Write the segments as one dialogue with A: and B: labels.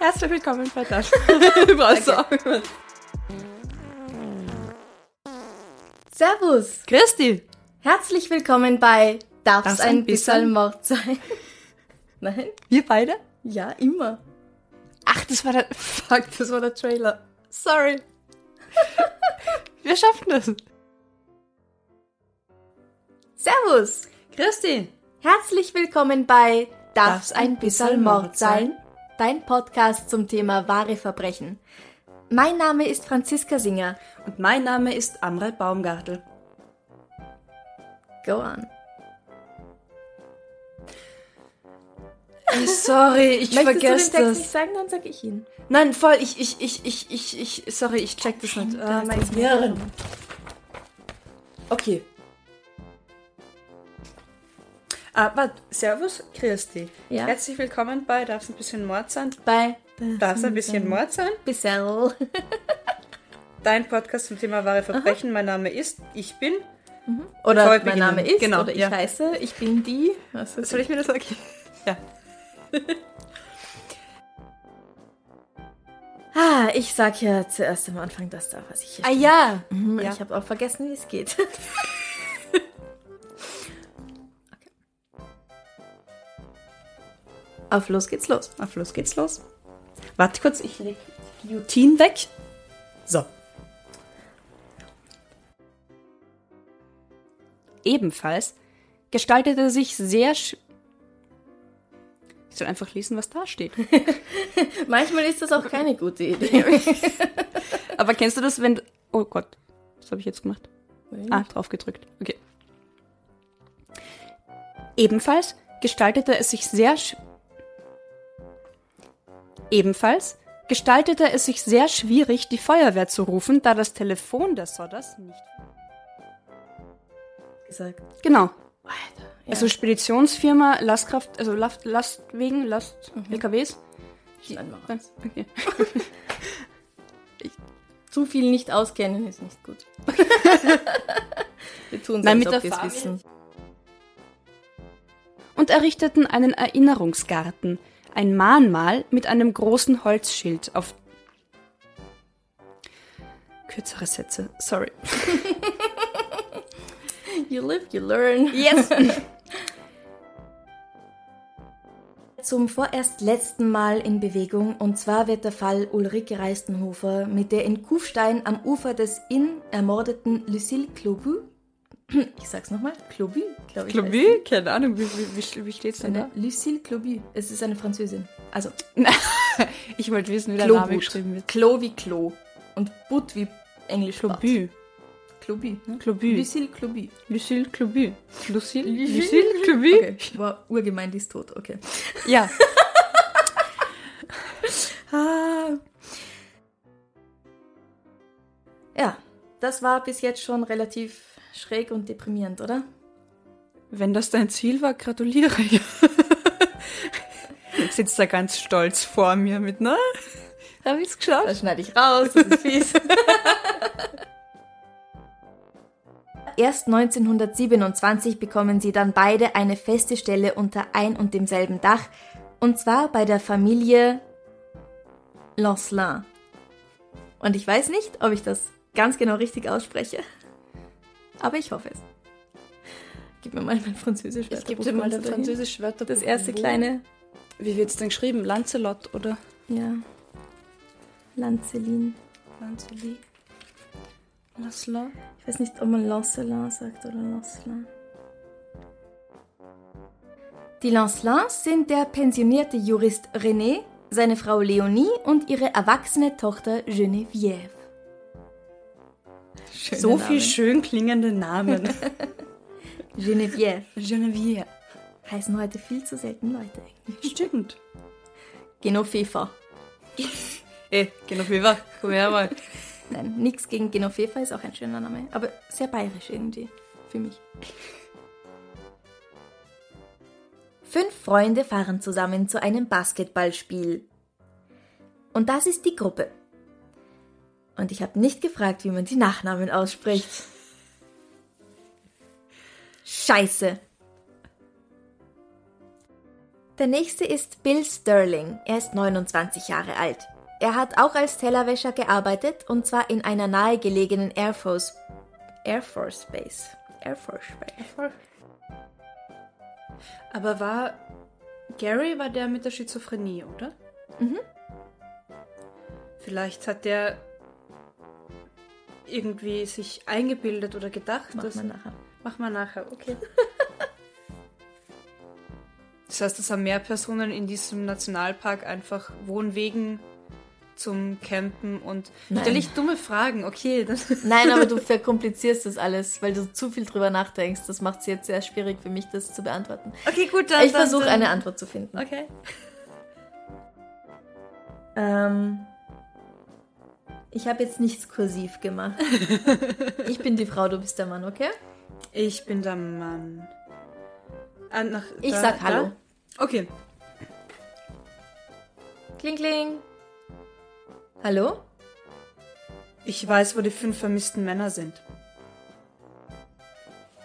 A: Herzlich willkommen bei Dash.
B: Du brauchst auch jemanden.
A: Servus.
B: Christi!
A: Herzlich willkommen bei Darf's ein bisschen Mord sein? Nein?
B: Wir beide?
A: Ja, immer.
B: Ach, das war der.
A: Fuck, das war der Trailer.
B: Sorry. Wir schaffen das.
A: Servus.
B: Christi!
A: Herzlich willkommen bei Darf's ein bisschen Mord sein? Dein Podcast zum Thema wahre Verbrechen. Mein Name ist Franziska Singer.
B: Und mein Name ist Amre Baumgartel.
A: Go on.
B: Ey, sorry, ich
A: Möchtest du den
B: vergesse
A: Text
B: das.
A: nicht sagen, dann sag ich ihn.
B: Nein, voll, ich, ich, ich, ich, ich, ich, sorry, ich check das nicht. Ah, mein Hirn. Okay. Ah, warte, Servus, Christi.
A: Ja.
C: Herzlich willkommen bei Darf es ein bisschen Mord sein?
A: Bei
C: Darf es ein bisschen Mord sein?
A: Bissell.
C: Dein Podcast zum Thema wahre Verbrechen. Mein Name ist, ich bin.
A: Oder
C: Soll ich
A: mein
C: beginnen?
A: Name ist,
C: Genau,
A: oder ich
C: ja.
A: heiße, ich bin die. Was ist
C: Soll ich mir das sagen? Ja.
A: Ah, ich sag ja zuerst am Anfang das da, was ich hier.
B: Ah ja.
A: Mhm,
B: ja.
A: Ich habe auch vergessen, wie es geht. Okay. Auf los geht's los.
C: Auf los geht's los. Warte kurz, ich lege die Guillotine weg. So.
B: Ebenfalls gestaltete sich sehr... sch- Ich soll einfach lesen, was da steht.
A: Manchmal ist das auch keine gute Idee.
B: Aber kennst du das, wenn... Oh Gott, was habe ich jetzt gemacht? Ah, drauf gedrückt. Okay. Ebenfalls gestaltete es sich sehr... sch- Ebenfalls gestaltete es sich sehr schwierig, die Feuerwehr zu rufen, da das Telefon der Sodders nicht...
A: Gesagt.
B: Genau.
A: Alter, ja.
B: Also Speditionsfirma, Lastkraft... Also Last, Lastwegen, Last... LKWs.
A: Schneiden wir raus.
B: Dann- Okay.
A: zu viel nicht auskennen ist nicht gut. Wir tun so,
B: Nein,
A: als
B: mit
A: ob
B: der
A: wir es
B: Farbe.
A: wissen.
B: und errichteten einen Erinnerungsgarten, ein Mahnmal mit einem großen Holzschild auf. Kürzere Sätze, sorry.
A: You live, you learn.
B: Yes!
A: Zum vorerst letzten Mal in Bewegung und zwar wird der Fall Ulrike Reistenhofer mit der in Kufstein am Ufer des Inn ermordeten Lucille Klobu. Ich sag's nochmal, Klobu, glaube ich. heißt
B: Klobü? Keine Ahnung, wie, wie, wie, wie steht's
A: sie.
B: denn da?
A: Eine Lucille Klobu. Es ist eine Französin. Also
B: Ich wollte wissen, wie der Name
A: Klobut.
B: geschrieben wird.
A: Klo wie Klo und But wie Englisch.
B: Klobü.
A: Klobu. ne?
B: Klobü.
A: Lucille Klobu.
B: Lucille Klobü. Lucille
A: Lucille
B: Lucille Klobü?
A: Okay, war urgemein, die ist tot, okay.
B: Ja.
A: Ja, das war bis jetzt schon relativ schräg und deprimierend, oder?
B: Wenn das dein Ziel war, gratuliere. Ja. Sitzt da ganz stolz vor mir mit, ne? Hab ich's geschafft?
A: Das schneide ich raus, das ist fies. Erst 1927 bekommen sie dann beide eine feste Stelle unter ein und demselben Dach, und zwar bei der Familie Lancelin. Und ich weiß nicht, ob ich das ganz genau richtig ausspreche, aber ich hoffe es. Gib mir mal mein Französisch.
C: Ich gebe dir mal das französische Wörterbuch.
A: Das erste
C: Wo-
A: kleine,
C: Wie wird's denn geschrieben? Lancelot oder?
A: ja, Lancelin.
C: Lancelot. Lancelot.
A: Ich weiß nicht, ob man Lancelin sagt oder Lancelin. Die Lancelins sind der pensionierte Jurist René, seine Frau Leonie und ihre erwachsene Tochter Geneviève.
D: Schöne
B: so
D: Namen.
B: viel schön klingende Namen.
A: Geneviève.
D: Genevieve.
A: Heißen heute viel zu selten Leute eigentlich.
B: Stimmt.
A: Genoveva.
B: Ey, Genoveva, Eh, komm her mal.
A: Nein, nichts gegen Genoveva ist auch ein schöner Name, aber sehr bayerisch irgendwie für mich. Fünf Freunde fahren zusammen zu einem Basketballspiel. Und das ist die Gruppe. Und ich habe nicht gefragt, wie man die Nachnamen ausspricht. Scheiße. Der nächste ist Bill Sterling. Er ist 29 Jahre alt. Er hat auch als Tellerwäscher gearbeitet und zwar in einer nahegelegenen Air Force Air Force Base. Air Force Base.
B: Aber war. Gary war der mit der Schizophrenie, oder? Mhm. Vielleicht hat der irgendwie sich eingebildet oder gedacht,
A: Mach mal nachher.
B: Mach mal nachher, okay. das heißt, es haben mehr Personen in diesem Nationalpark einfach Wohnwegen zum Campen und stelle ich dumme Fragen, okay. Das
A: Nein, aber du verkomplizierst das alles, weil du zu viel drüber nachdenkst. Das macht es jetzt sehr schwierig für mich, das zu beantworten.
B: okay, gut, dann.
A: ich
B: dann-
A: versuche
B: dann-
A: eine Antwort zu finden.
B: Okay.
A: Ähm, ich habe jetzt nichts kursiv gemacht. ich bin die Frau, du bist der Mann, okay?
B: Ich bin der Mann. Ah, nach,
A: Ich
B: da-
A: sag
B: da?
A: Hallo.
B: Okay.
A: Kling, kling. Hallo?
B: Ich weiß, wo die fünf vermissten Männer sind.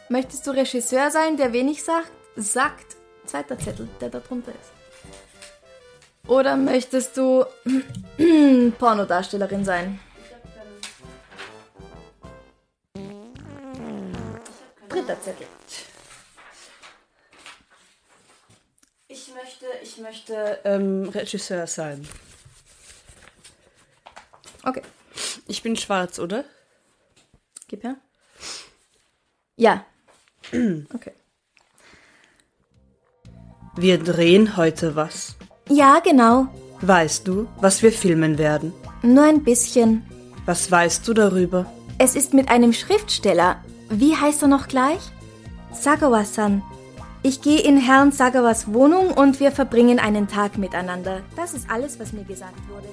A: Möchtest du Regisseur sein, der wenig sagt? Sagt. Zweiter Zettel, der da drunter ist. Oder möchtest du Pornodarstellerin sein? Dritter Zettel.
B: Ich möchte, ich möchte ähm, Regisseur sein.
A: Okay,
B: Ich bin schwarz, oder?
A: gib her. Ja. Okay.
B: Wir drehen heute was.
A: Ja, genau.
B: Weißt du, was wir filmen werden?
A: Nur ein bisschen.
B: Was weißt du darüber?
A: Es ist mit einem Schriftsteller. Wie heißt er noch gleich? Sagawa-san. Ich gehe in Herrn Sagawas Wohnung und wir verbringen einen Tag miteinander. Das ist alles, was mir gesagt wurde.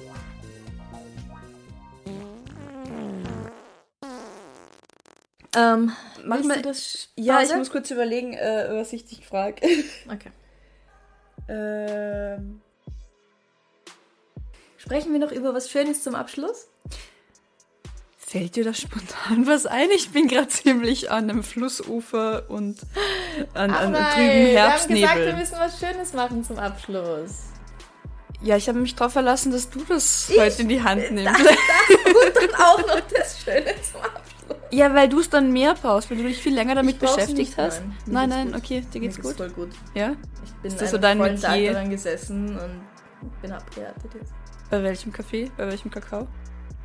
A: Ähm,
B: Mach
A: willst
B: mal-
A: du das?
B: Ja,
A: Pause?
B: ich muss kurz überlegen, äh, was ich dich frage.
A: Okay.
B: ähm,
A: Sprechen wir noch über was Schönes zum Abschluss?
D: Fällt dir da spontan was ein? Ich bin gerade ziemlich an einem Flussufer und an, an trüben Herbstnebel.
A: müssen was Schönes machen zum Abschluss.
D: Ja, ich habe mich darauf verlassen, dass du das heute in die Hand nimmst.
A: Auch noch das Schöne zum Abschluss.
D: Ja, weil du es dann mehr brauchst, weil du dich viel länger damit
A: Ich brauch's
D: beschäftigt
A: nicht,
D: hast.
A: nein. Mir
D: Nein,
A: geht's
D: nein,
A: gut.
D: okay, dir geht's gut.
A: voll gut.
D: Ja?
A: Ich bin
D: Ist das
A: einen
D: so dein
A: vollen Tag
D: Metier?
A: daran gesessen und bin abgehärtet jetzt.
D: Bei welchem Kaffee? Bei welchem Kakao?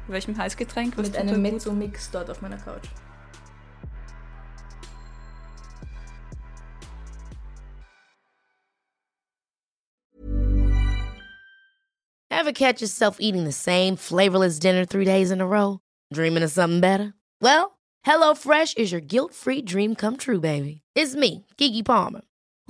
D: Bei welchem Heißgetränk? Was
A: Mit
D: tut
A: einem
D: da gut?
A: Mezzo-Mix dort auf meiner Couch.
E: Ever catch yourself eating the same flavorless dinner three days in a row? Dreaming of something better? Well, HelloFresh is your guilt free dream come true, baby. It's me, Gigi Palmer.